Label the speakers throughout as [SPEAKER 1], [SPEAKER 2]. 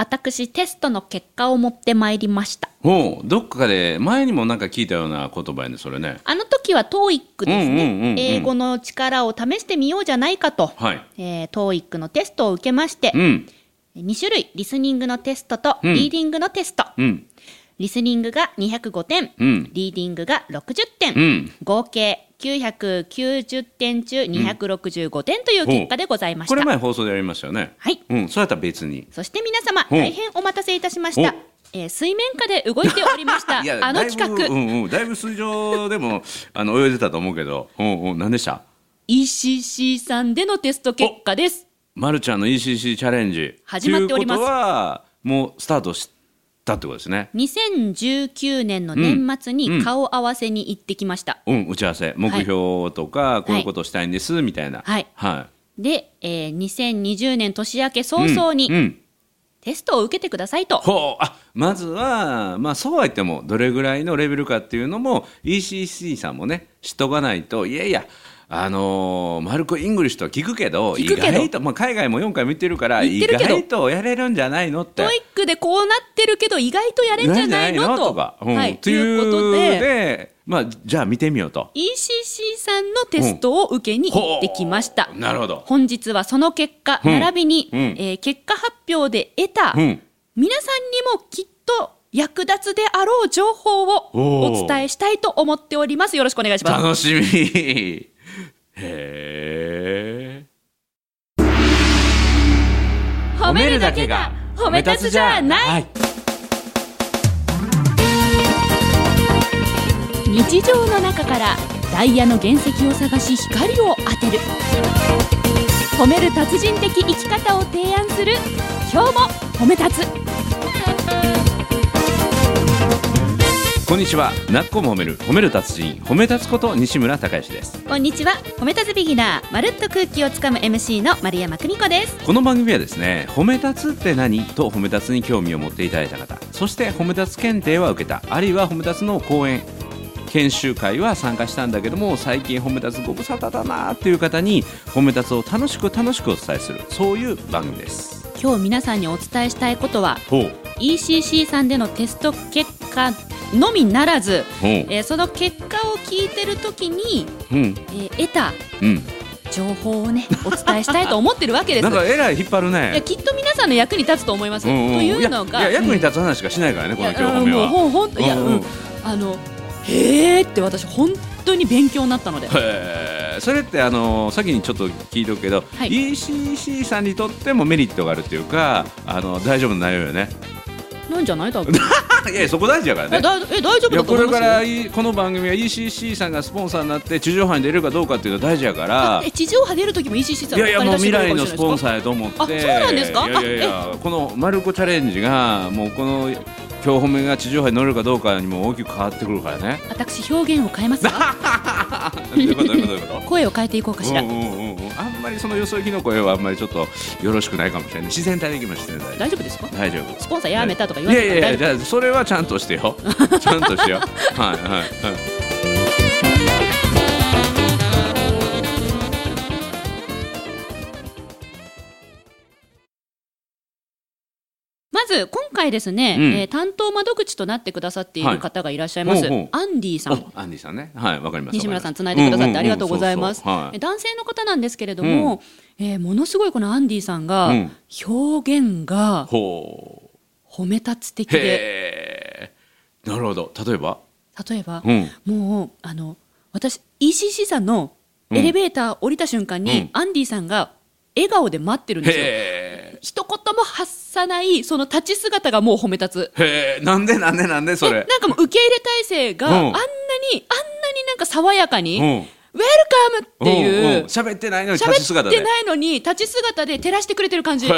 [SPEAKER 1] 私テストの結果を持ってまいりました
[SPEAKER 2] おうどっかで前にもなんか聞いたような言葉やねそれね
[SPEAKER 1] あの時は TOEIC ですね、
[SPEAKER 2] うんうんうんうん
[SPEAKER 1] 英語の力を試してみようじゃないかと、
[SPEAKER 2] はい
[SPEAKER 1] えー、TOEIC のテストを受けまして、
[SPEAKER 2] うん
[SPEAKER 1] 2種類リスニングのテストと
[SPEAKER 2] うん
[SPEAKER 1] リーディングのテスト、
[SPEAKER 2] うん
[SPEAKER 1] リスニングが205点、
[SPEAKER 2] うん
[SPEAKER 1] リーディングが60点、
[SPEAKER 2] うん
[SPEAKER 1] 合計990点中265点という結果でございました、
[SPEAKER 2] これ前放送でやりましたよね
[SPEAKER 1] はい
[SPEAKER 2] うんそうやったら別に
[SPEAKER 1] そして皆様
[SPEAKER 2] うん
[SPEAKER 1] 大変お待たせいたしました
[SPEAKER 2] お、
[SPEAKER 1] えー水面下で動いておりました
[SPEAKER 2] いや
[SPEAKER 1] あの企
[SPEAKER 2] だいぶ,、う
[SPEAKER 1] 画
[SPEAKER 2] んうん、だいぶ水上でも あの泳いでたと思うけど、うんうん、何でした
[SPEAKER 1] ECC さんでのテスト結果です
[SPEAKER 2] まるちゃんの ECC チャレンジ
[SPEAKER 1] 始まっております
[SPEAKER 2] ということはもうスタートしたってことですね
[SPEAKER 1] 2019年の年末
[SPEAKER 2] うんう
[SPEAKER 1] に
[SPEAKER 2] ん
[SPEAKER 1] 顔合わせに行ってきました、
[SPEAKER 2] うん打ち合わせ目標とか、こういうことをしたいんです、みたいな
[SPEAKER 1] はい
[SPEAKER 2] は
[SPEAKER 1] で、えー2020年年明け早
[SPEAKER 2] い、
[SPEAKER 1] 々に、
[SPEAKER 2] うんうん
[SPEAKER 1] テストを受けてくださいと。
[SPEAKER 2] ほうあまずは、まあ、そうは言ってもどれぐらいのレベルかっていうのも ECC さんもね知っとかないといやいやあのーマルコ・イングリッシュとは聞くけど
[SPEAKER 1] 聞くけど
[SPEAKER 2] 意外と、まあ、海外も4回見てるから
[SPEAKER 1] 言っ
[SPEAKER 2] 意
[SPEAKER 1] てるけど
[SPEAKER 2] 外とやれるんじゃないのって
[SPEAKER 1] トイ。ックでこうなってるけど意外とやれんじゃないのと。
[SPEAKER 2] か、うん
[SPEAKER 1] はい。
[SPEAKER 2] と
[SPEAKER 1] と
[SPEAKER 2] い
[SPEAKER 1] いうう
[SPEAKER 2] こ
[SPEAKER 1] ことと
[SPEAKER 2] で
[SPEAKER 1] で、
[SPEAKER 2] まあ、じゃあ見てみようと。
[SPEAKER 1] ECC さんのテストを受けに行ってきました
[SPEAKER 2] ほ。うなるほど
[SPEAKER 1] 本日はその結果、
[SPEAKER 2] うん
[SPEAKER 1] 並びに、
[SPEAKER 2] うん
[SPEAKER 1] えー結果発表で得た、
[SPEAKER 2] うん
[SPEAKER 1] 皆さんにもきっと役立つであろう情報を
[SPEAKER 2] おー
[SPEAKER 1] お伝えしたいと思っております。よろしくお願いします。
[SPEAKER 2] 楽しみへえ
[SPEAKER 1] 褒めるだけが褒め立つじゃない
[SPEAKER 2] はい
[SPEAKER 1] 日常の中からダイヤの原石を探し光を当てる褒める達人的生き方を提案する今日も褒め立つ
[SPEAKER 2] こんにちは。なっこも褒める褒める達人褒め立つこと西村孝之です。
[SPEAKER 1] こんにちは褒め立つビギナーまるっと空気をつかむ MC の丸山久美子です
[SPEAKER 2] この番組はですね、褒め立つって何と褒め立つに興味を持っていただいた方、そして褒め立つ検定は受けた、あるいは褒め立つの講演。研修会は参加したんだけども最近褒め立つご無沙汰だなっていう方に褒め立つを楽しく楽しくお伝えするそういう番組です
[SPEAKER 1] 今日皆さんにお伝えしたいことは
[SPEAKER 2] ほう
[SPEAKER 1] ECC さんでのテスト結果のみならず、
[SPEAKER 2] ほう
[SPEAKER 1] えーその結果を聞いてる時に、
[SPEAKER 2] うん
[SPEAKER 1] えー得た
[SPEAKER 2] うん
[SPEAKER 1] 情報 をねお伝えしたいと思ってるわけです
[SPEAKER 2] なんかえらい引っ張る
[SPEAKER 1] いや
[SPEAKER 2] ね
[SPEAKER 1] きっと皆さんの役に立つと思います。
[SPEAKER 2] んん
[SPEAKER 1] というのが
[SPEAKER 2] いやいや役に立つ話しかしないからね
[SPEAKER 1] い
[SPEAKER 2] この
[SPEAKER 1] や
[SPEAKER 2] 今日褒め
[SPEAKER 1] もう
[SPEAKER 2] は
[SPEAKER 1] ほんほんといや、
[SPEAKER 2] う
[SPEAKER 1] うん
[SPEAKER 2] うん
[SPEAKER 1] ん、あのへーって私本当に勉強になったので、
[SPEAKER 2] へーそれってあの先にちょっと聞いとくけど、
[SPEAKER 1] はい
[SPEAKER 2] ECC さんにとってもメリットがあるというかあの大丈夫な内容よね
[SPEAKER 1] なんじゃない多 分。い
[SPEAKER 2] いやそこ大事やから
[SPEAKER 1] や
[SPEAKER 2] ね
[SPEAKER 1] だえ大丈夫
[SPEAKER 2] いや
[SPEAKER 1] だと
[SPEAKER 2] こ
[SPEAKER 1] 思い
[SPEAKER 2] れ
[SPEAKER 1] ま
[SPEAKER 2] か
[SPEAKER 1] すよ
[SPEAKER 2] ら。いこの番組は ECC さんがスポンサーになって地上波に出れるかどうかっていうのは大事やから
[SPEAKER 1] え地上波出る時も ECC さん
[SPEAKER 2] いやいやもう未来のスポン
[SPEAKER 1] ー。
[SPEAKER 2] サーやと思って
[SPEAKER 1] あそうなんですか
[SPEAKER 2] いやいやいやこの「まるコチャレンジが」もうこの今日褒めが地上波に乗るかどうかにも大きく変わってくるからね
[SPEAKER 1] 私表現を変えますか。
[SPEAKER 2] どういうことどういうことどういうこと
[SPEAKER 1] 声を変えていこうかしら
[SPEAKER 2] うん。うんうんうん、あんまりそのよそ行きの声はあんまりちょっとよろしくないかもしれない自然体でいきましょう自然体
[SPEAKER 1] 大丈夫ですか。
[SPEAKER 2] 大丈夫
[SPEAKER 1] スポンサーやめたとか言わ
[SPEAKER 2] い
[SPEAKER 1] な
[SPEAKER 2] や
[SPEAKER 1] い
[SPEAKER 2] いやいやじゃあそれはちゃんとし てよちゃんとしてよはいはいはい
[SPEAKER 1] まず今回ですね、
[SPEAKER 2] うん
[SPEAKER 1] えー担当窓口となってくださっている方がいらっしゃいます。
[SPEAKER 2] はいほうほう
[SPEAKER 1] アンディさん。
[SPEAKER 2] おアンディさんねはいわかります
[SPEAKER 1] 西村さん、つないでくださってありがとうございます。
[SPEAKER 2] は
[SPEAKER 1] え
[SPEAKER 2] い
[SPEAKER 1] 男性の方なんですけれども、えーものすごいこのアンディさんが、
[SPEAKER 2] うん
[SPEAKER 1] 表現が
[SPEAKER 2] ほ
[SPEAKER 1] 褒め立つ的
[SPEAKER 2] う
[SPEAKER 1] で、
[SPEAKER 2] へえなるほど例えば
[SPEAKER 1] 例えば、
[SPEAKER 2] うん
[SPEAKER 1] もう、あの、私、ECC さんの
[SPEAKER 2] うん
[SPEAKER 1] エレベーター降りた瞬間に、
[SPEAKER 2] うん
[SPEAKER 1] アンディさんが笑顔で待ってるんですよ。
[SPEAKER 2] へ
[SPEAKER 1] 一言も発さない、その立ち姿がもう褒め立つ。
[SPEAKER 2] えへえなんでなんでなんでそ
[SPEAKER 1] で
[SPEAKER 2] れ
[SPEAKER 1] なんかもう受け入れ体制が、
[SPEAKER 2] うん
[SPEAKER 1] あんなに、あんなになんか爽やかに、
[SPEAKER 2] うん
[SPEAKER 1] ウェルカムっていう、
[SPEAKER 2] んん喋ってないのに立ち
[SPEAKER 1] 喋
[SPEAKER 2] 姿
[SPEAKER 1] っ
[SPEAKER 2] で
[SPEAKER 1] てないのに立ち姿で照らしてくれてる感じ
[SPEAKER 2] へ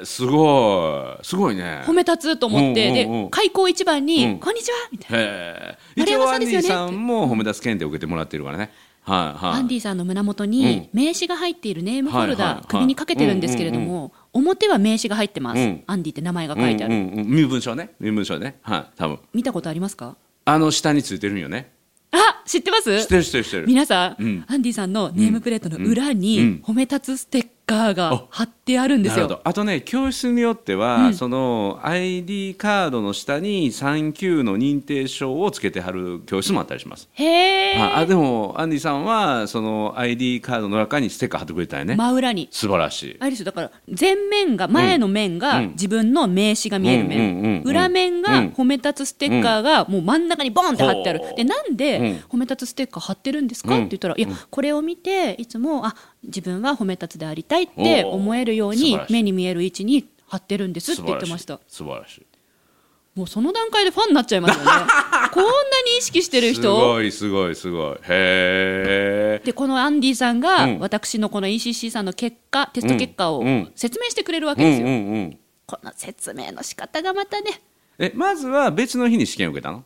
[SPEAKER 2] えすごいすごいね
[SPEAKER 1] 褒め立つと思って、
[SPEAKER 2] うんうんうん
[SPEAKER 1] で開口一番
[SPEAKER 2] う
[SPEAKER 1] に
[SPEAKER 2] ん
[SPEAKER 1] 「こんにちは」みたいな
[SPEAKER 2] へえ
[SPEAKER 1] 丸
[SPEAKER 2] 一
[SPEAKER 1] 山
[SPEAKER 2] 応
[SPEAKER 1] さ
[SPEAKER 2] ア
[SPEAKER 1] ん
[SPEAKER 2] ン
[SPEAKER 1] で
[SPEAKER 2] デ
[SPEAKER 1] すよね
[SPEAKER 2] ィさんも褒め出す検定を受けてもらってるからねはいはい
[SPEAKER 1] アンディさんの胸元に名刺が入っているネームフォル
[SPEAKER 2] はいはい
[SPEAKER 1] ダ
[SPEAKER 2] はい
[SPEAKER 1] 首にかけてるんですけれど
[SPEAKER 2] うん
[SPEAKER 1] も表は名刺が入ってます
[SPEAKER 2] うん
[SPEAKER 1] アンディって名前が書いてある
[SPEAKER 2] うんうんうん身分証ね身分証ねはい多分
[SPEAKER 1] 見たことありますか
[SPEAKER 2] あの下についてるんよね
[SPEAKER 1] あ知ってま
[SPEAKER 2] 知っ
[SPEAKER 1] す
[SPEAKER 2] てる知ってる知ってる
[SPEAKER 1] 皆さん
[SPEAKER 2] うん
[SPEAKER 1] アンディさんのネームプレートの裏
[SPEAKER 2] う
[SPEAKER 1] に
[SPEAKER 2] ん
[SPEAKER 1] 褒め立つステッカーが貼っってあるんで
[SPEAKER 2] な
[SPEAKER 1] す
[SPEAKER 2] るほ
[SPEAKER 1] よ
[SPEAKER 2] どあとね教室によっては、
[SPEAKER 1] うん
[SPEAKER 2] その ID カードの下に3級の認定証をつけてはる教室もあったりします、
[SPEAKER 1] へえ、
[SPEAKER 2] ああでもアンディさんはその ID カードの中にステッカー貼ってくれたよね、
[SPEAKER 1] 真裏に
[SPEAKER 2] 素晴らしい
[SPEAKER 1] あれですよだから前面が前の面が
[SPEAKER 2] うん
[SPEAKER 1] 自分の名刺が見える
[SPEAKER 2] うんうんうん
[SPEAKER 1] 面
[SPEAKER 2] うん
[SPEAKER 1] 裏面
[SPEAKER 2] う
[SPEAKER 1] が
[SPEAKER 2] ん
[SPEAKER 1] 褒め立つステッカーがもう真ん中にボンって貼ってある
[SPEAKER 2] ほう
[SPEAKER 1] でなんで褒
[SPEAKER 2] う
[SPEAKER 1] め立つステッカー貼ってるんですか
[SPEAKER 2] う
[SPEAKER 1] っ
[SPEAKER 2] ん
[SPEAKER 1] て言ったらいやこれを見ていつもあ自分は褒め立つでありたいって
[SPEAKER 2] おー
[SPEAKER 1] 思えるよう
[SPEAKER 2] 素晴
[SPEAKER 1] に
[SPEAKER 2] らしい
[SPEAKER 1] 目に見える位置に貼ってるんですって
[SPEAKER 2] 素
[SPEAKER 1] 言っ
[SPEAKER 2] 晴ら
[SPEAKER 1] て
[SPEAKER 2] しい
[SPEAKER 1] ました
[SPEAKER 2] 素晴らしい
[SPEAKER 1] もうその段階でファンになっちゃいますよ ねこんなに意識してる
[SPEAKER 2] す
[SPEAKER 1] 人
[SPEAKER 2] ごいすごいすごいへえ
[SPEAKER 1] でこのアンディさんが、
[SPEAKER 2] うん
[SPEAKER 1] 私のこの ECC さんの結果テスト結果を
[SPEAKER 2] うん
[SPEAKER 1] 説明してくれるわけ
[SPEAKER 2] う
[SPEAKER 1] で
[SPEAKER 2] ん
[SPEAKER 1] すよ、
[SPEAKER 2] うんうん
[SPEAKER 1] この説明の仕方がまたね
[SPEAKER 2] えまずは別の日に試験を受けたの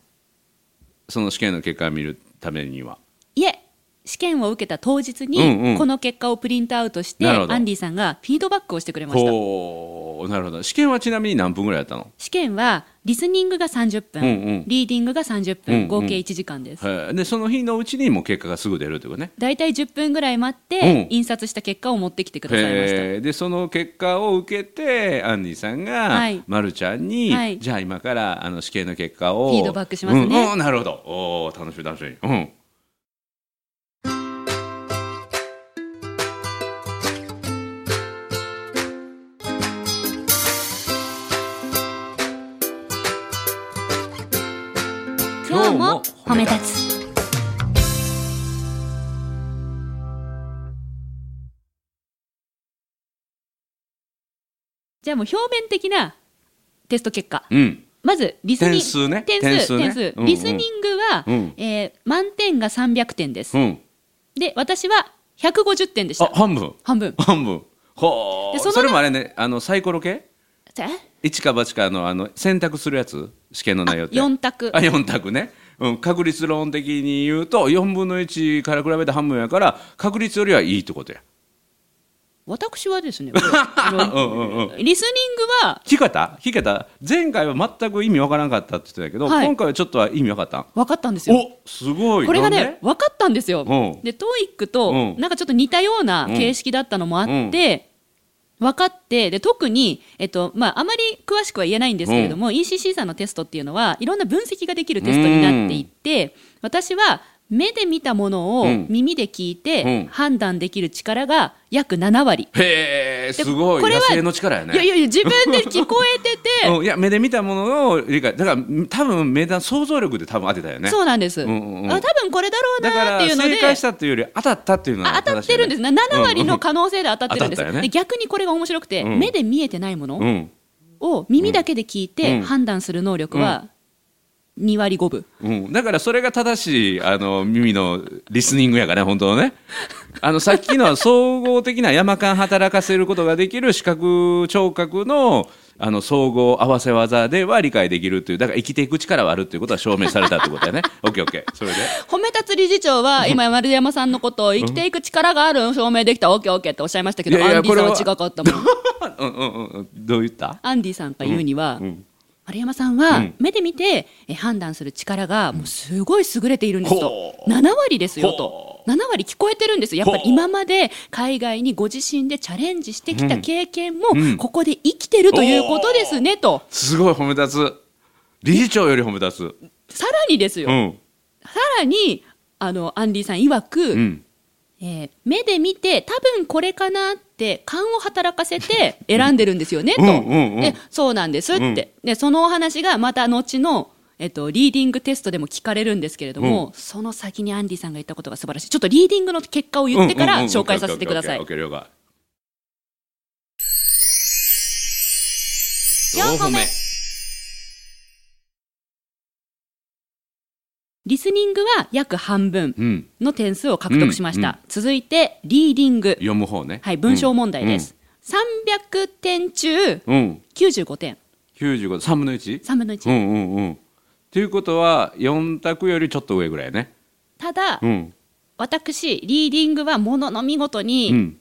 [SPEAKER 2] その試験の結果を見るためにはい
[SPEAKER 1] え試験を受けた当日
[SPEAKER 2] うんう
[SPEAKER 1] に
[SPEAKER 2] ん
[SPEAKER 1] この結果をプリントアウトして、
[SPEAKER 2] なるほど
[SPEAKER 1] アンディさんがフィードバックをしてくれました
[SPEAKER 2] ほうなるほど試験はちなみに何分ぐらいやったの
[SPEAKER 1] 試験はリスニングが30分、
[SPEAKER 2] うんうん
[SPEAKER 1] リーディングが30
[SPEAKER 2] うん
[SPEAKER 1] 分
[SPEAKER 2] うん
[SPEAKER 1] 合計1時間です、
[SPEAKER 2] へえでその日のうちにもう結果がすぐ出るということね
[SPEAKER 1] 大体10分ぐらい待って、
[SPEAKER 2] うん
[SPEAKER 1] 印刷した結果を持ってきてくださいました
[SPEAKER 2] へえでその結果を受けてアンディさんが、
[SPEAKER 1] はい
[SPEAKER 2] まるちゃんに、
[SPEAKER 1] はい
[SPEAKER 2] じゃあ今からあの試験の結果を
[SPEAKER 1] フィードバックしますね
[SPEAKER 2] うんうんなるほどおー楽しみ楽しみ、うん、
[SPEAKER 1] 今日も褒め立つじゃあもう表面的なテスト結果
[SPEAKER 2] うん
[SPEAKER 1] まずリスニング
[SPEAKER 2] 点数ね
[SPEAKER 1] 点数
[SPEAKER 2] 点数ね
[SPEAKER 1] 点数
[SPEAKER 2] うんうん
[SPEAKER 1] リスニングは、
[SPEAKER 2] うん
[SPEAKER 1] えー満点が300点です、
[SPEAKER 2] うん、
[SPEAKER 1] で私は150点でし
[SPEAKER 2] あ
[SPEAKER 1] た
[SPEAKER 2] 半分
[SPEAKER 1] 半分
[SPEAKER 2] 半分ほう
[SPEAKER 1] でその
[SPEAKER 2] それもあれねあのサイコロ系
[SPEAKER 1] え
[SPEAKER 2] 一か八かのあの選択するやつ試験の内容って
[SPEAKER 1] 4択
[SPEAKER 2] あ4択ね、うん、確率論的に言うと4分の1から比べて半分やから確率よりはいいってことや
[SPEAKER 1] 私はですね
[SPEAKER 2] うんうんうん
[SPEAKER 1] リスニングは
[SPEAKER 2] 聞けた聞けた前回は全く意味わからんかったって言ってたけど、
[SPEAKER 1] はい
[SPEAKER 2] 今回はちょっとは意味わかったん
[SPEAKER 1] 分かったんですよ
[SPEAKER 2] おすごい
[SPEAKER 1] これが
[SPEAKER 2] なん
[SPEAKER 1] ね
[SPEAKER 2] で
[SPEAKER 1] 分かったんですよ
[SPEAKER 2] うん。
[SPEAKER 1] で TOEIC
[SPEAKER 2] う
[SPEAKER 1] と
[SPEAKER 2] ん
[SPEAKER 1] なんかちょっと似たような形式だったのもあって、分かってで特に、えっとまあ、あまり詳しくは言えないんですけれども、ECC さんのテストっていうのはいろんな分析ができるテストになっていて私は目で見たものを
[SPEAKER 2] うん
[SPEAKER 1] 耳で聞いて
[SPEAKER 2] うん
[SPEAKER 1] 判断できる力が約7割。
[SPEAKER 2] へえすごい
[SPEAKER 1] これ
[SPEAKER 2] 野
[SPEAKER 1] は
[SPEAKER 2] 生の力やね
[SPEAKER 1] いやいやいや自分で聞こえてて、
[SPEAKER 2] うん、いや目で見たものを理解だから多分目だ想像力で多分当てたよね
[SPEAKER 1] そうなんです、
[SPEAKER 2] うんうんうん
[SPEAKER 1] あ多分これだろう
[SPEAKER 2] だか
[SPEAKER 1] なって
[SPEAKER 2] ら
[SPEAKER 1] いうので
[SPEAKER 2] 正解したっていうより当たったっていうのは
[SPEAKER 1] あ当たってるんですね、7割の可能性で当たってるんです、
[SPEAKER 2] 当たったよ
[SPEAKER 1] で
[SPEAKER 2] ね
[SPEAKER 1] 逆にこれが面白くて、
[SPEAKER 2] うん
[SPEAKER 1] 目で見えてないも
[SPEAKER 2] う
[SPEAKER 1] の
[SPEAKER 2] ん
[SPEAKER 1] を耳だけで聞いて
[SPEAKER 2] うん
[SPEAKER 1] 判断する能力は2割5分、
[SPEAKER 2] うん、だからそれが正しいあの耳のリスニングやからね、本当のね。あのさっきのは総合的な山間働かせることができる視覚聴覚のあの総合合わせ技では理解できるというだから生きていく力はあるということは証明されたってこと やね。オッケーオッケーそれで。
[SPEAKER 1] 褒め立つ理事長は今丸山さんのことを生きていく力がある証明できたオッケーオッケーっておっしゃいましたけど
[SPEAKER 2] いやいや
[SPEAKER 1] アンディさんは
[SPEAKER 2] これは
[SPEAKER 1] 違かったもん
[SPEAKER 2] うんうんうんうんどう言った
[SPEAKER 1] アンディさんが言うには、
[SPEAKER 2] うん
[SPEAKER 1] 丸山さんは
[SPEAKER 2] うん
[SPEAKER 1] 目で見てえ判断する力がもうすごい優れているんですと
[SPEAKER 2] ほう
[SPEAKER 1] 7割ですよ
[SPEAKER 2] ほ
[SPEAKER 1] と7割聞こえてるんですやっぱり
[SPEAKER 2] ほう
[SPEAKER 1] 今まで海外にご自身でチャレンジしてきた経験も
[SPEAKER 2] うん
[SPEAKER 1] ここで生きてるということですねと
[SPEAKER 2] すごい褒め立つ。理事長より褒め立つ。
[SPEAKER 1] さらにです
[SPEAKER 2] う
[SPEAKER 1] よ
[SPEAKER 2] ん。
[SPEAKER 1] さらにあのアンディさん曰く、
[SPEAKER 2] うん。
[SPEAKER 1] えー目で見て多分これかなって勘を働かせ て選んでるんですよねと、
[SPEAKER 2] うんうんうん
[SPEAKER 1] でそうなんですって、でそのお話がまた後の、えっと、リーディングテストでも聞かれるんですけれども、その先にアンディさんが言ったことが素晴らしいちょっとリーディングの結果を言ってから
[SPEAKER 2] うんうんうん
[SPEAKER 1] 紹介させてください
[SPEAKER 2] オッケーオッケーオッケーオッケー
[SPEAKER 1] 四個
[SPEAKER 2] 了解。
[SPEAKER 1] 目リスニングは約半分
[SPEAKER 2] うん。
[SPEAKER 1] の点数を獲得しました、
[SPEAKER 2] うん
[SPEAKER 1] 続いてリーディング、
[SPEAKER 2] 読む方ね。
[SPEAKER 1] はい、文章問題です、300点中
[SPEAKER 2] うん。うん。
[SPEAKER 1] 95点
[SPEAKER 2] 95、3分の 1?
[SPEAKER 1] 3分の1、
[SPEAKER 2] うんうんうん。ということは、4択よりちょっと上ぐらいね。
[SPEAKER 1] ただ、
[SPEAKER 2] うん。
[SPEAKER 1] 私リーディングはものの見事
[SPEAKER 2] う
[SPEAKER 1] に、
[SPEAKER 2] ん。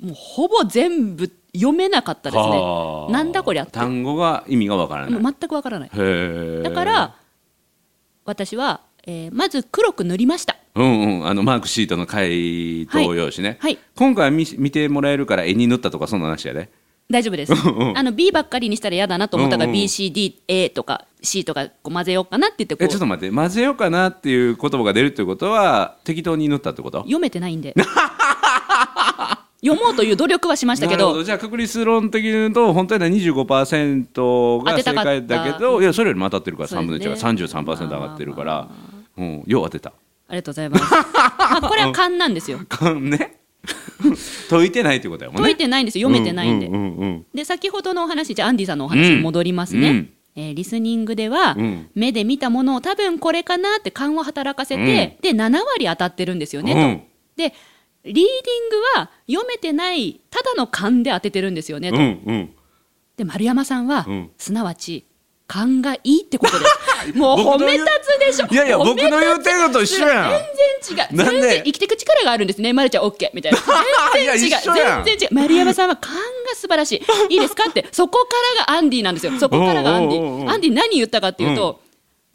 [SPEAKER 1] もうほぼ全部読めなかったです
[SPEAKER 2] は
[SPEAKER 1] ね
[SPEAKER 2] あ
[SPEAKER 1] なんだこりゃっても
[SPEAKER 2] 単語が意味がわからな
[SPEAKER 1] う
[SPEAKER 2] い。
[SPEAKER 1] 全くわからない
[SPEAKER 2] へえ。
[SPEAKER 1] だか、ら私は、えーまず黒く塗りました
[SPEAKER 2] うんうん、あのマークシートの回答用紙ね、
[SPEAKER 1] はいはい
[SPEAKER 2] 今回は見見てもらえるから絵に塗ったとかそんな話やね
[SPEAKER 1] 大丈夫です。
[SPEAKER 2] うんうん
[SPEAKER 1] あの B ばっかりにしたら嫌だなと思ったか
[SPEAKER 2] う
[SPEAKER 1] ら
[SPEAKER 2] んうん
[SPEAKER 1] B、C、D、A とか C とかこう混ぜようかなって言ってこ
[SPEAKER 2] えちょっ
[SPEAKER 1] う
[SPEAKER 2] と待って混ぜようかなっていう言葉が出るっていうことは適当に塗ったってこと
[SPEAKER 1] 読めてないんで。読もうという努力はしましたけ
[SPEAKER 2] なるほ
[SPEAKER 1] ど、
[SPEAKER 2] じゃあ確率論的に言うと本当は25%が
[SPEAKER 1] 当て
[SPEAKER 2] 正
[SPEAKER 1] たかった
[SPEAKER 2] 解だけどいやそれよりも当たってるから
[SPEAKER 1] そう
[SPEAKER 2] 3
[SPEAKER 1] です
[SPEAKER 2] 分
[SPEAKER 1] ね
[SPEAKER 2] の1が33%上がってるから、うん、よう当てた
[SPEAKER 1] ありがとうございます。まあこれは勘なんですよ。
[SPEAKER 2] かんね 解いてないってことやもんね
[SPEAKER 1] 解いてないんですよ。読めてないんで
[SPEAKER 2] う。んうん
[SPEAKER 1] で先ほどのお話じゃあアンディさんのお話に戻りますね、
[SPEAKER 2] うんうん
[SPEAKER 1] えーリスニングでは、
[SPEAKER 2] うん
[SPEAKER 1] 目で見たものを多分これかなって勘を働かせて、
[SPEAKER 2] うん
[SPEAKER 1] で7割当たってるんですよ
[SPEAKER 2] うんう
[SPEAKER 1] ね、
[SPEAKER 2] んうん
[SPEAKER 1] とでリーディングは読めてないただの勘で当ててるんですよね、と
[SPEAKER 2] うんうん
[SPEAKER 1] で丸山さんは、
[SPEAKER 2] うん
[SPEAKER 1] すなわち勘がいいってこと ですもう褒め立つでしょ
[SPEAKER 2] いやいや
[SPEAKER 1] 褒
[SPEAKER 2] 僕
[SPEAKER 1] め
[SPEAKER 2] の言う
[SPEAKER 1] 立つ
[SPEAKER 2] 程度と一緒やん
[SPEAKER 1] 全然違う
[SPEAKER 2] なんで
[SPEAKER 1] 全然生きていく力があるんですね、ま、るちゃん OK みたいな全然違
[SPEAKER 2] いや
[SPEAKER 1] う
[SPEAKER 2] 一緒やん
[SPEAKER 1] 全然違う丸山さんは勘が素晴らし いいいですかってそこからがアンディなんですよそこからがアンデ
[SPEAKER 2] おうおうおうお
[SPEAKER 1] ィ
[SPEAKER 2] う
[SPEAKER 1] アンディ何言ったかっていうと、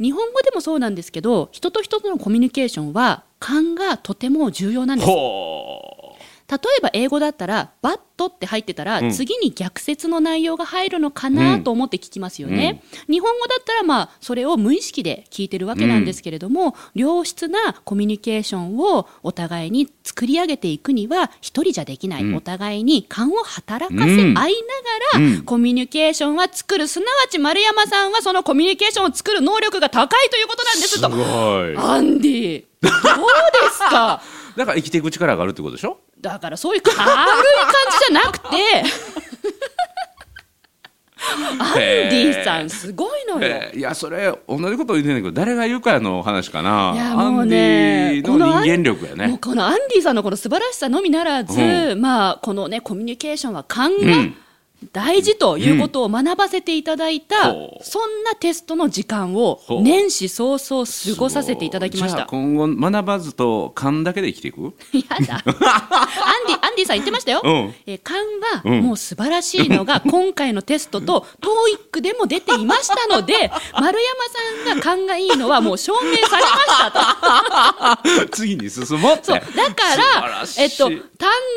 [SPEAKER 1] 日本語でもそうなんですけど人と人とのコミュニケーションは勘がとても重要なんです
[SPEAKER 2] ほ
[SPEAKER 1] 例えば英語だったら「バット」って入ってたら、
[SPEAKER 2] ん
[SPEAKER 1] 次に逆説の内容が入るのかなと思って聞きますよね、日本語だったらまあそれを無意識で聞いてるわけなんですけれども、良質なコミュニケーションをお互いに作り上げていくには一人じゃできない、お互いに勘を働かせ合いながら、コミュニケーションは作るすなわち丸山さんはそのコミュニケーションを作る能力が高いということなんです
[SPEAKER 2] う
[SPEAKER 1] と
[SPEAKER 2] すごい
[SPEAKER 1] アンディどうですか
[SPEAKER 2] だから生きていく力があるってことでしょ
[SPEAKER 1] だからそういう軽い感じじゃなくて アンディさんすごいのよ。
[SPEAKER 2] えーいやそれ同じこと言ってんだけど誰が言うかの話かない
[SPEAKER 1] や
[SPEAKER 2] ア
[SPEAKER 1] もう
[SPEAKER 2] ン
[SPEAKER 1] ね
[SPEAKER 2] ディの人間力や
[SPEAKER 1] もう
[SPEAKER 2] ね
[SPEAKER 1] このアンディさんのこの素晴らしさのみならず、
[SPEAKER 2] う
[SPEAKER 1] まあこのねコミュニケーションは勘
[SPEAKER 2] うん
[SPEAKER 1] が大事ということを学ばせていただいた、
[SPEAKER 2] うんほう
[SPEAKER 1] そんなテストの時間を
[SPEAKER 2] ほう
[SPEAKER 1] 年始早々過ごさせていただきまし
[SPEAKER 2] じゃあ
[SPEAKER 1] た。
[SPEAKER 2] 今後学ばずと勘だけで生きて いく
[SPEAKER 1] いやだ。アンディ、アンディさん言ってましたよ。
[SPEAKER 2] うん
[SPEAKER 1] えー、勘は
[SPEAKER 2] うん
[SPEAKER 1] もう素晴らしいの が、今回のテストと、トーイックでも出ていましたので、 丸山さんが勘がいいのはもう証明されましたと。
[SPEAKER 2] 次に進もうって
[SPEAKER 1] そう。だから、
[SPEAKER 2] 素晴
[SPEAKER 1] え
[SPEAKER 2] ら
[SPEAKER 1] っ
[SPEAKER 2] しい
[SPEAKER 1] と、単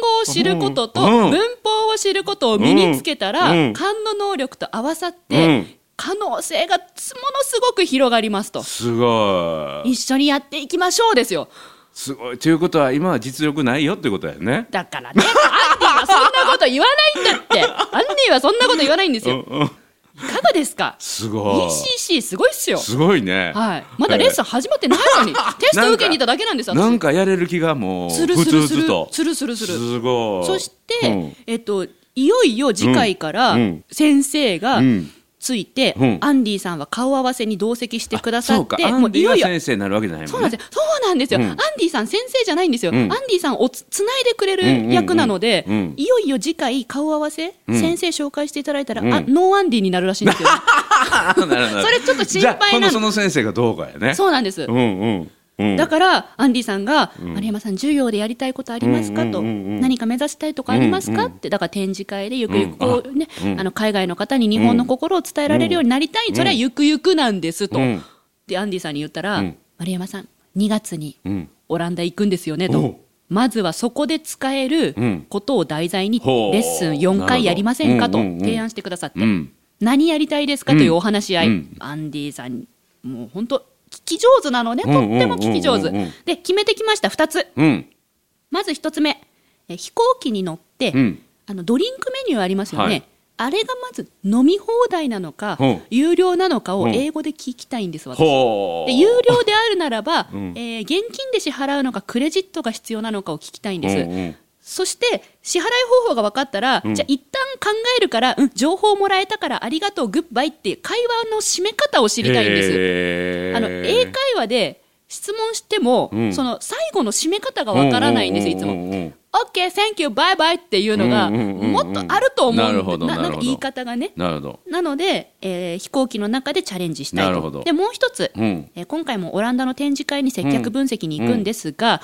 [SPEAKER 1] 語を知ることと、
[SPEAKER 2] うんうん
[SPEAKER 1] 文法を知ることを身につけたら、
[SPEAKER 2] うんうん
[SPEAKER 1] 勘の能力と合わさっ
[SPEAKER 2] う
[SPEAKER 1] て
[SPEAKER 2] ん、
[SPEAKER 1] 可能性がものすごく広がりますと。
[SPEAKER 2] すごい
[SPEAKER 1] 一緒にやっていきましょうですよ。
[SPEAKER 2] すごいということは今は実力ないよってことやね
[SPEAKER 1] だからね、アンディはそんなこと言わないんだ って。アンディはそんなこと言わないんです
[SPEAKER 2] うん
[SPEAKER 1] よ。
[SPEAKER 2] うん
[SPEAKER 1] いかがですか
[SPEAKER 2] すごい
[SPEAKER 1] ?ECC すごいっすよ。
[SPEAKER 2] すごいね
[SPEAKER 1] はい。まだレッスン始まってないのに、テスト受けに行っただけなんです、私。
[SPEAKER 2] なんかやれる気がもう
[SPEAKER 1] する
[SPEAKER 2] ふ
[SPEAKER 1] す
[SPEAKER 2] つ
[SPEAKER 1] る
[SPEAKER 2] ふ
[SPEAKER 1] する
[SPEAKER 2] つと。
[SPEAKER 1] するするする。
[SPEAKER 2] すごい
[SPEAKER 1] そして、
[SPEAKER 2] うん
[SPEAKER 1] えっと、いよいよ次回から
[SPEAKER 2] うんうん
[SPEAKER 1] 先生が
[SPEAKER 2] うん
[SPEAKER 1] ついて、
[SPEAKER 2] うん
[SPEAKER 1] アンディさんは顔合わせに同席してくださ
[SPEAKER 2] そう
[SPEAKER 1] っ
[SPEAKER 2] か
[SPEAKER 1] て、
[SPEAKER 2] ア
[SPEAKER 1] も
[SPEAKER 2] ン
[SPEAKER 1] う
[SPEAKER 2] デ
[SPEAKER 1] い
[SPEAKER 2] ィ
[SPEAKER 1] よ
[SPEAKER 2] が
[SPEAKER 1] いよ
[SPEAKER 2] 先生になるわけじゃない
[SPEAKER 1] そ
[SPEAKER 2] も
[SPEAKER 1] うんなんで
[SPEAKER 2] ね
[SPEAKER 1] すよ。そうなんですよ。
[SPEAKER 2] うん
[SPEAKER 1] アンディさん先生じゃないんですよ。
[SPEAKER 2] うん
[SPEAKER 1] アンディさんをつつないでくれる役なので、
[SPEAKER 2] うんうんうんうん
[SPEAKER 1] いよいよ次回顔合わせ、
[SPEAKER 2] うん
[SPEAKER 1] 先生紹介していただいたら、
[SPEAKER 2] うん
[SPEAKER 1] あノーアンディになるらしいんで すよ。
[SPEAKER 2] あなるほど
[SPEAKER 1] それちょっと心配
[SPEAKER 2] じゃあ今
[SPEAKER 1] な
[SPEAKER 2] 度
[SPEAKER 1] の
[SPEAKER 2] その先生がどうかやね
[SPEAKER 1] そうなんです。
[SPEAKER 2] うんうんうん
[SPEAKER 1] だから、アンディさんが、丸山さん、授業でやりたいことありますかと、
[SPEAKER 2] うんうんうんうん
[SPEAKER 1] 何か目指したいとかありますか
[SPEAKER 2] う
[SPEAKER 1] っ
[SPEAKER 2] ん
[SPEAKER 1] て、だから展示会でゆくゆくこう、ね
[SPEAKER 2] うん
[SPEAKER 1] あの海外の方に日本の心を伝えられるようになりたい、それはゆくゆくなんですと、
[SPEAKER 2] うん
[SPEAKER 1] でアンディさんに言ったら、
[SPEAKER 2] うん
[SPEAKER 1] 丸山さん、2月に
[SPEAKER 2] うん
[SPEAKER 1] オランダ行くんですよね
[SPEAKER 2] おう
[SPEAKER 1] と。まずはそこで使える
[SPEAKER 2] うん
[SPEAKER 1] ことを題材に
[SPEAKER 2] ほう
[SPEAKER 1] レッスン4回やりませんかと
[SPEAKER 2] なるほどうんうんうん
[SPEAKER 1] 提案してくださって、
[SPEAKER 2] うん
[SPEAKER 1] 何やりたいですかというお話し合い、
[SPEAKER 2] うん
[SPEAKER 1] アンディさんもう本当聞き上手なのねと
[SPEAKER 2] う
[SPEAKER 1] っ
[SPEAKER 2] んうんうんうん
[SPEAKER 1] ても聞き上手で決めてきました2つ
[SPEAKER 2] うん
[SPEAKER 1] まず1つ目え飛行機に乗って、
[SPEAKER 2] うん
[SPEAKER 1] あのドリンクメニューありますよね、
[SPEAKER 2] はい
[SPEAKER 1] あれがまず飲み放題なのか
[SPEAKER 2] ほう
[SPEAKER 1] 有料なのかを
[SPEAKER 2] うん
[SPEAKER 1] 英語で聞きたいんです私
[SPEAKER 2] ほう
[SPEAKER 1] で有料であるならば、
[SPEAKER 2] うん
[SPEAKER 1] えー現金で支払うのかクレジットが必要なのかを聞きたいんです、
[SPEAKER 2] うんうん
[SPEAKER 1] そして支払い方法が分かったら、
[SPEAKER 2] ん
[SPEAKER 1] じゃあ一旦考えるから、うん、情報もらえたからありがとうグッバイっていう会話の締め方を知りたいんです
[SPEAKER 2] へー
[SPEAKER 1] あの英会話で質問しても、
[SPEAKER 2] うん
[SPEAKER 1] その最後の締め方が分からないんですいつ
[SPEAKER 2] うん
[SPEAKER 1] も。
[SPEAKER 2] うんうんうん。
[SPEAKER 1] OK, thank you, bye bye っていうのが、
[SPEAKER 2] うんうんうんうん
[SPEAKER 1] もっとあると思うんで
[SPEAKER 2] なるほどなる
[SPEAKER 1] ん
[SPEAKER 2] ほ
[SPEAKER 1] か
[SPEAKER 2] ど
[SPEAKER 1] 言い方がね。
[SPEAKER 2] なるほど。
[SPEAKER 1] なので、えー飛行機の中でチャレンジした
[SPEAKER 2] ないるほ
[SPEAKER 1] と。
[SPEAKER 2] ど
[SPEAKER 1] で、もう一つ、
[SPEAKER 2] うん
[SPEAKER 1] えー今回もオランダの展示会に接客分析に行くんですが、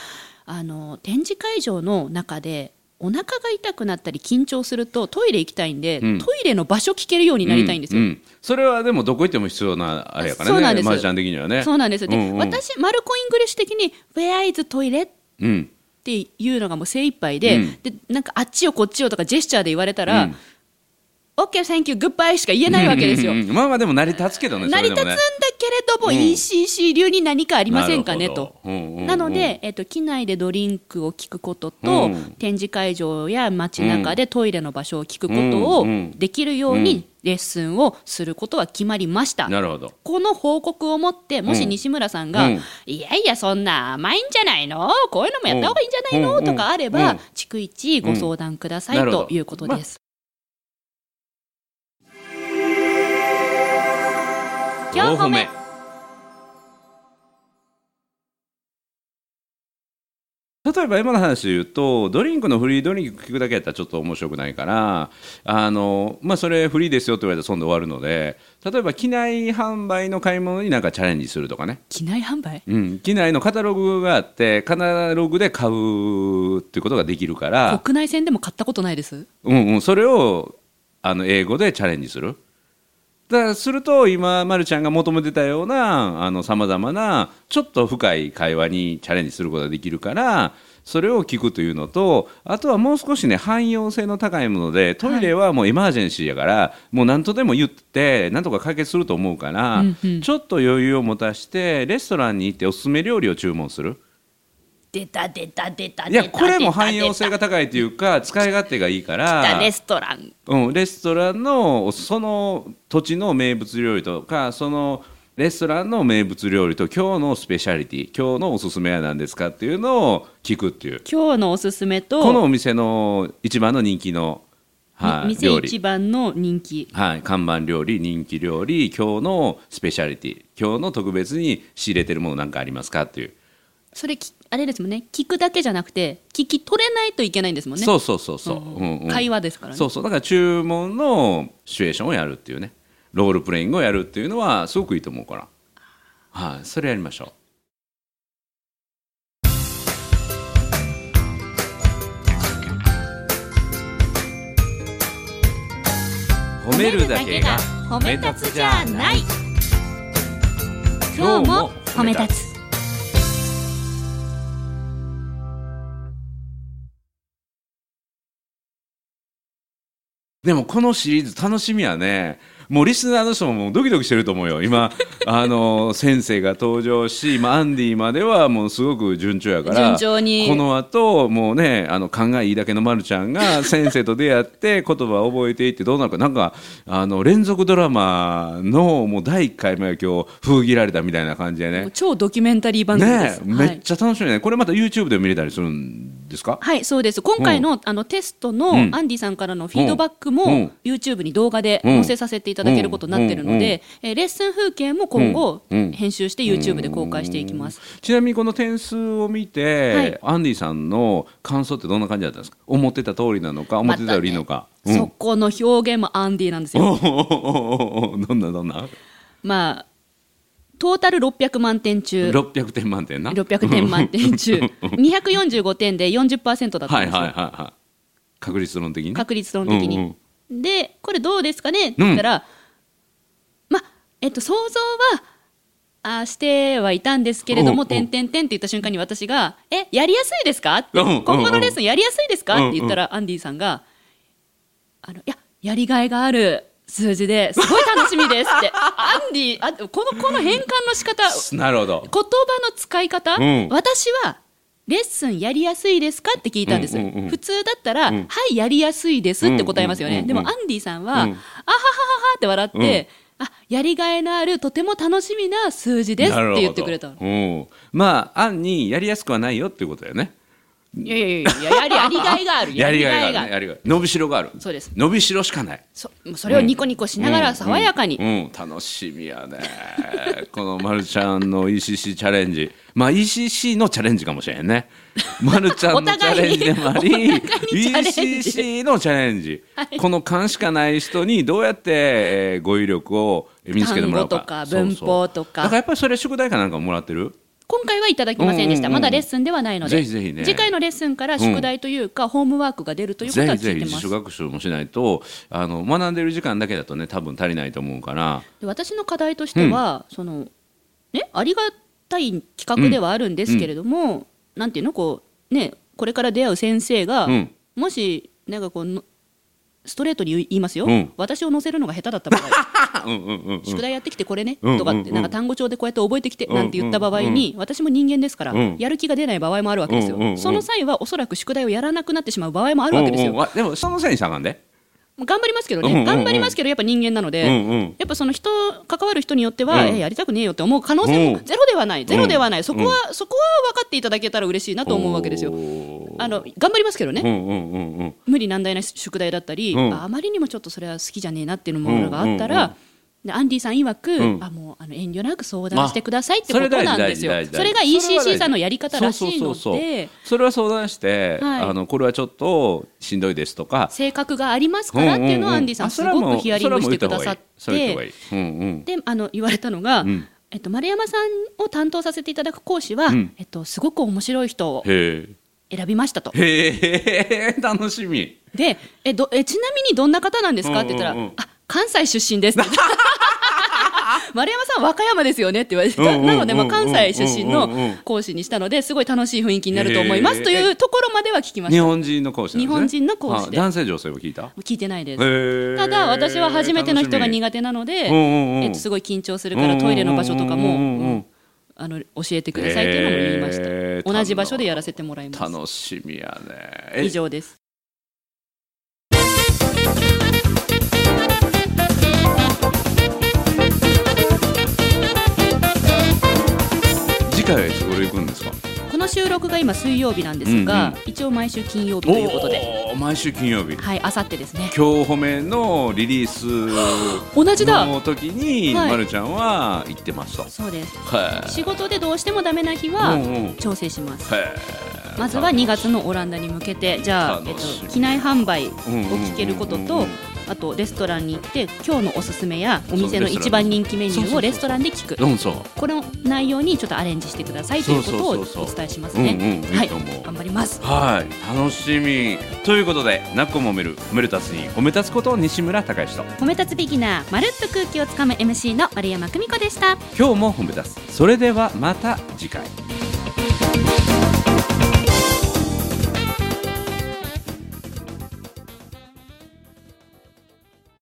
[SPEAKER 1] あの展示会場の中でお腹が痛くなったり緊張するとトイレ行きたいんで、
[SPEAKER 2] ん
[SPEAKER 1] トイレの場所聞けるようになりたいんですよ。
[SPEAKER 2] ううんそれはでもどこ行っても必要なあれやからね
[SPEAKER 1] そうなんです
[SPEAKER 2] マージャン的にはね
[SPEAKER 1] そうなんです。で、
[SPEAKER 2] うんうん
[SPEAKER 1] 私、マルコ・イングリッシュ的に、Where is トイレっ
[SPEAKER 2] うん
[SPEAKER 1] ていうのがもう精一杯で、
[SPEAKER 2] うん
[SPEAKER 1] で、なんかあっちよこっちよとかジェスチャーで言われたら、
[SPEAKER 2] うん
[SPEAKER 1] OK, thank you, goodbye しか言えないわけですよ。
[SPEAKER 2] うんうんうんまあまあでも成り立つけどね
[SPEAKER 1] 成り立つんだけれども、
[SPEAKER 2] うん
[SPEAKER 1] ECC 流に何かあ
[SPEAKER 2] い
[SPEAKER 1] りませんかねと。なので、えっと、機内でドリンクを聞くことと、
[SPEAKER 2] うん
[SPEAKER 1] 展示会場や街中でトイレの場所を聞くこと
[SPEAKER 2] う
[SPEAKER 1] を
[SPEAKER 2] ん
[SPEAKER 1] できるようにレッスンをすることは決まりました。
[SPEAKER 2] なるほど
[SPEAKER 1] この報告をもって、もし西村さんが、
[SPEAKER 2] うん
[SPEAKER 1] いやいや、そんな甘いんじゃないのこういうのもやった方がいいんじゃないの、
[SPEAKER 2] うん
[SPEAKER 1] とかあれ
[SPEAKER 2] う
[SPEAKER 1] ば
[SPEAKER 2] ん、
[SPEAKER 1] 逐一ご相談ください、
[SPEAKER 2] うんなるほど
[SPEAKER 1] ということです。今日褒め
[SPEAKER 2] 例えば今の話で言うとドリンクのフリードリンク聞くだけやったらちょっと面白くないからあの、まあ、それフリーですよって言われたらそんで終わるので例えば機内販売の買い物になんかチャレンジするとかね
[SPEAKER 1] 機内販売
[SPEAKER 2] うん、機内のカタログがあってカタログで買うっていうことができるから、
[SPEAKER 1] 国内線でも買ったことないです。
[SPEAKER 2] うんうん、それをあの英語でチャレンジするだからすると今、ま、るちゃんが求めてたようなさまざまなちょっと深い会話にチャレンジすることができるからそれを聞くというのとあとはもう少しね汎用性の高いものでトイレはもうエマージェンシーやから、もう何とでも言って何とか解決すると思うから、
[SPEAKER 1] うんうん
[SPEAKER 2] ちょっと余裕を持たしてレストランに行っておすすめ料理を注文する。
[SPEAKER 1] 出た出た出た
[SPEAKER 2] い
[SPEAKER 1] 出た
[SPEAKER 2] やこれも汎用性が高いというか使い勝手がいいから
[SPEAKER 1] 出たレストラン
[SPEAKER 2] うん、レストランのその土地の名物料理とかそのレストランの名物料理と今日のスペシャリティ今日のおすすめは何ですかっていうのを聞くっていう
[SPEAKER 1] 今日のおすすめと
[SPEAKER 2] このお店の一番の人気の、はい
[SPEAKER 1] み店
[SPEAKER 2] 料
[SPEAKER 1] 一
[SPEAKER 2] 理、
[SPEAKER 1] 番の人気
[SPEAKER 2] はい、看板料理人気料理今日のスペシャリティ今日の特別に仕入れてるものなんかありますかっていう、
[SPEAKER 1] それきあれですもんね聞くだけじゃなくて聞き取れないといけないんですもんね
[SPEAKER 2] そうそうそうそう、
[SPEAKER 1] ん
[SPEAKER 2] うんうん
[SPEAKER 1] 会話ですからね
[SPEAKER 2] そうそうだから注文のシチュエーションをやるっていうねロールプレイングをやるっていうのはすごくいいと思うからはい、それやりましょう褒めるだけが褒め立つじゃない
[SPEAKER 1] 今日も褒め立つ
[SPEAKER 2] でもこのシリーズ楽しみやねもうリスナーの人ももうドキドキしてると思う よ今あの先生が登場し、まあ、アンディまではもうすごく順調やから
[SPEAKER 1] 順調に
[SPEAKER 2] この後もうねあの考えいいだけのまるちゃんが先生と出会って 言葉を覚えていってどうなるかなんかあの連続ドラマのもう第1回目が今日封切られたみたいな感じで
[SPEAKER 1] もう
[SPEAKER 2] ね
[SPEAKER 1] 超ドキュメンタリー番組で
[SPEAKER 2] ね
[SPEAKER 1] す、
[SPEAKER 2] え
[SPEAKER 1] は
[SPEAKER 2] め
[SPEAKER 1] い
[SPEAKER 2] っちゃ楽しみね、これまた YouTube でも見れたりするんですか
[SPEAKER 1] はい、そうです。今回の,、あのテストの
[SPEAKER 2] う
[SPEAKER 1] ア
[SPEAKER 2] ん
[SPEAKER 1] ンディさんからのフィードバックも、
[SPEAKER 2] うん
[SPEAKER 1] YouTube に動画で載せさせていただけることになってるので、えーレッスン風景も今後、
[SPEAKER 2] うんうん
[SPEAKER 1] 編集して YouTube で公開していきます。
[SPEAKER 2] ちなみにこの点数を見て、
[SPEAKER 1] はい
[SPEAKER 2] アンディさんの感想ってどんな感じだったんですか思ってた通りなのか思ってたよりいいのか、うん
[SPEAKER 1] そこの表現もアンディなんですよ。
[SPEAKER 2] おーおーおーおー どんなどんな
[SPEAKER 1] まあ、トータル600万点中、
[SPEAKER 2] 600点満点な
[SPEAKER 1] 600点満点中、245点で40%だったん
[SPEAKER 2] は
[SPEAKER 1] で
[SPEAKER 2] い
[SPEAKER 1] すよ。
[SPEAKER 2] はいはいはい確率論的にね
[SPEAKER 1] 確率論的に。
[SPEAKER 2] うん
[SPEAKER 1] で、これどうですかねって言ったら、ま、えっと、想像は、あーしてはいたんですけれど
[SPEAKER 2] うんう
[SPEAKER 1] も、
[SPEAKER 2] ん
[SPEAKER 1] てんてんてんって言った瞬間に私が、え、やりやすいですかって、
[SPEAKER 2] うんうんうん
[SPEAKER 1] 今後のレッスンやりやすいですかって言ったら、アンディさんが、あの、いや、やりがいがある数字ですごい楽しみですって、アンディ、あこの、この変換の仕方、
[SPEAKER 2] うんなるほど
[SPEAKER 1] 言葉の使い方、
[SPEAKER 2] うん
[SPEAKER 1] 私はレッスンやりやすいですかって聞いたんです、
[SPEAKER 2] うんうんうん
[SPEAKER 1] 普通だったら、はいやりやすいですって答えますよね、
[SPEAKER 2] うんうんう
[SPEAKER 1] で
[SPEAKER 2] ん
[SPEAKER 1] も
[SPEAKER 2] う
[SPEAKER 1] ア
[SPEAKER 2] ん
[SPEAKER 1] ンディさんは、
[SPEAKER 2] うん
[SPEAKER 1] あははははって笑って、あやりがいのあるとても楽しみな数字ですっ
[SPEAKER 2] なるほ
[SPEAKER 1] て
[SPEAKER 2] ど
[SPEAKER 1] 言ってくれたの
[SPEAKER 2] うん、まあ案にやりやすくはないよっていうことだよね
[SPEAKER 1] いやいやいやいややりやりがいがある
[SPEAKER 2] やりがいがあ
[SPEAKER 1] ある
[SPEAKER 2] る、ね、やりがい伸びしろがある
[SPEAKER 1] そうです
[SPEAKER 2] 伸びしろしかない
[SPEAKER 1] そもうそれをニコニコしながら爽やかに、
[SPEAKER 2] うんうん楽しみやね このまるちゃんの ECC チャレンジまあ ECC のチャレンジかもしれへ んねまるちゃんの
[SPEAKER 1] お
[SPEAKER 2] チャ
[SPEAKER 1] 互
[SPEAKER 2] レン
[SPEAKER 1] い
[SPEAKER 2] ジでもあり
[SPEAKER 1] お互いにチャレンジ
[SPEAKER 2] ECC のチャレンジ、この勘しかない人にどうやって、えー語彙力を身につけてもらうか
[SPEAKER 1] 単語とか文法とか
[SPEAKER 2] そうそうだからやっぱりそれ宿題かなんかもらってる
[SPEAKER 1] 今回はいただきませんでした、
[SPEAKER 2] うんうんうん
[SPEAKER 1] まだレッスンではないので
[SPEAKER 2] ぜひぜひね
[SPEAKER 1] 次回のレッスンから宿題というか、ホームワークが出るということ
[SPEAKER 2] ぜ
[SPEAKER 1] は
[SPEAKER 2] ひ
[SPEAKER 1] 聞
[SPEAKER 2] ぜ
[SPEAKER 1] い
[SPEAKER 2] ひ
[SPEAKER 1] てます
[SPEAKER 2] 自主学習もしないとあの学んでる時間だけだとね多分足りないと思うから
[SPEAKER 1] で私の課題としては、そのね、ありがたい企画ではあるんですけれども、なんていうのこう、ね、これから出会う先生が、
[SPEAKER 2] うん
[SPEAKER 1] もしなんかこうのストレートに言い言いますよ、
[SPEAKER 2] うん
[SPEAKER 1] 私を乗せるのが下手だった場合
[SPEAKER 2] あ うんうんうん
[SPEAKER 1] 宿題やってきてこれね、
[SPEAKER 2] うん
[SPEAKER 1] とか
[SPEAKER 2] う
[SPEAKER 1] っ
[SPEAKER 2] ん
[SPEAKER 1] て
[SPEAKER 2] うん
[SPEAKER 1] なんか単語帳でこうやって覚えてきて、
[SPEAKER 2] うん
[SPEAKER 1] なんて言った場合に、私も人間ですから、
[SPEAKER 2] うん
[SPEAKER 1] やる気が出ない場合もあるわけですよ、
[SPEAKER 2] うんうんうん
[SPEAKER 1] その際はおそらく宿題をやらなくなってしまう場合もあ
[SPEAKER 2] あ
[SPEAKER 1] るわけですよ、
[SPEAKER 2] でもそのせいにしたらあかんで
[SPEAKER 1] 頑張りますけどね、
[SPEAKER 2] うんうんうん
[SPEAKER 1] 頑張りますけどやっぱ人間なので、
[SPEAKER 2] うんうん
[SPEAKER 1] やっぱその人関わる人によっては、
[SPEAKER 2] うん
[SPEAKER 1] えやりたくねえよって思う可能性も
[SPEAKER 2] うん
[SPEAKER 1] ゼロではない、ゼロではない、
[SPEAKER 2] うん
[SPEAKER 1] そこは、そこは分かっていただけたら嬉しいなと思うわけですよ。
[SPEAKER 2] おー
[SPEAKER 1] あの頑張りますけどね、
[SPEAKER 2] うんうんうんうん
[SPEAKER 1] 無理難題な宿題だったり、
[SPEAKER 2] うん
[SPEAKER 1] ああまりにもちょっとそれは好きじゃねえなっていうものがあったら、
[SPEAKER 2] うんうんうん
[SPEAKER 1] でアンディさん曰く、
[SPEAKER 2] うん
[SPEAKER 1] あもうあの遠慮なく相談してくださいってこ
[SPEAKER 2] そ
[SPEAKER 1] と
[SPEAKER 2] れ
[SPEAKER 1] な
[SPEAKER 2] 大
[SPEAKER 1] ん
[SPEAKER 2] 事
[SPEAKER 1] ですよ
[SPEAKER 2] 大事大事
[SPEAKER 1] それが
[SPEAKER 2] 大事それは大
[SPEAKER 1] ECC
[SPEAKER 2] 事
[SPEAKER 1] さんのやり方らしいの
[SPEAKER 2] そうそうそうそう
[SPEAKER 1] で
[SPEAKER 2] それは相談して、
[SPEAKER 1] はい
[SPEAKER 2] あのこれはちょっとしんどいですとか
[SPEAKER 1] 性格がありますからっていうのをアンディさんすごくヒアリングしてくださって。
[SPEAKER 2] それはもうそれはもう言った方がいいそれは言った方がいいうんう
[SPEAKER 1] で
[SPEAKER 2] ん
[SPEAKER 1] あの言われたのが、
[SPEAKER 2] ん
[SPEAKER 1] えっと、丸山さんを担当させていただく講師は、
[SPEAKER 2] ん
[SPEAKER 1] えっと、すごく面白い人を
[SPEAKER 2] へ
[SPEAKER 1] 選びましたと
[SPEAKER 2] え。へえ楽しみ
[SPEAKER 1] でえどえ、ちなみにどんな方なんですかって言ったら、
[SPEAKER 2] うんうんうん
[SPEAKER 1] あ関西出身ですって丸山さん、和歌山ですよねって言われて、
[SPEAKER 2] うんうんうんうん
[SPEAKER 1] なので、まあ、関西出身
[SPEAKER 2] うんうんう
[SPEAKER 1] の
[SPEAKER 2] ん
[SPEAKER 1] 講師にしたので、すごい楽しい雰囲気になると思いま
[SPEAKER 2] へ
[SPEAKER 1] す
[SPEAKER 2] え
[SPEAKER 1] というところまでは聞きまし
[SPEAKER 2] 日
[SPEAKER 1] た。
[SPEAKER 2] 本人の講師なんですね
[SPEAKER 1] 日本人の講師で
[SPEAKER 2] あ男性女性も聞いた
[SPEAKER 1] 聞いてないです。た
[SPEAKER 2] た
[SPEAKER 1] だ、私は初めての人が苦手なので、
[SPEAKER 2] うんうんうん
[SPEAKER 1] えっと、すごい緊張するから、トイレの場所とかも、
[SPEAKER 2] うんうんうんうん
[SPEAKER 1] うんあの教えてくださいというのも言いました。
[SPEAKER 2] へー
[SPEAKER 1] 同じ場所でやらせてもらいます。
[SPEAKER 2] 楽しみやねえ
[SPEAKER 1] 以上です。
[SPEAKER 2] 次回はいつ頃行くんですか
[SPEAKER 1] この収録が今水曜日なんですが、
[SPEAKER 2] うん
[SPEAKER 1] 一応毎週金曜日ということで、
[SPEAKER 2] おー毎週金曜日
[SPEAKER 1] はい、あさってですね。
[SPEAKER 2] 今日褒めのリリース
[SPEAKER 1] 同じだ。
[SPEAKER 2] の時に、
[SPEAKER 1] はい
[SPEAKER 2] まるちゃんは行ってました
[SPEAKER 1] そうです。
[SPEAKER 2] は
[SPEAKER 1] 仕事でどうしてもダメな日は
[SPEAKER 2] うんうん
[SPEAKER 1] 調整します。
[SPEAKER 2] い
[SPEAKER 1] まずは2月のオランダに向けて、じゃあ、えっ
[SPEAKER 2] 楽しみ
[SPEAKER 1] と、機内販売を
[SPEAKER 2] んうんうんうん
[SPEAKER 1] 聞けることと。あとレストランに行って今日のおすすめやお店の一番人気メニューをレストランで聞く
[SPEAKER 2] うんそう
[SPEAKER 1] この内容にちょっとアレンジしてくださいということ
[SPEAKER 2] そうそうそう
[SPEAKER 1] を
[SPEAKER 2] そう
[SPEAKER 1] お伝えします
[SPEAKER 2] うん
[SPEAKER 1] ね
[SPEAKER 2] うんい
[SPEAKER 1] はいい
[SPEAKER 2] と思う
[SPEAKER 1] 頑張ります
[SPEAKER 2] はい楽しみということで「なっこも褒める褒めるたつに褒めたつこと西村隆之と
[SPEAKER 1] 褒め立つビギナーまるっと空気をつかむ MC の丸山久美子でした
[SPEAKER 2] 今日も褒めたつそれではまた次回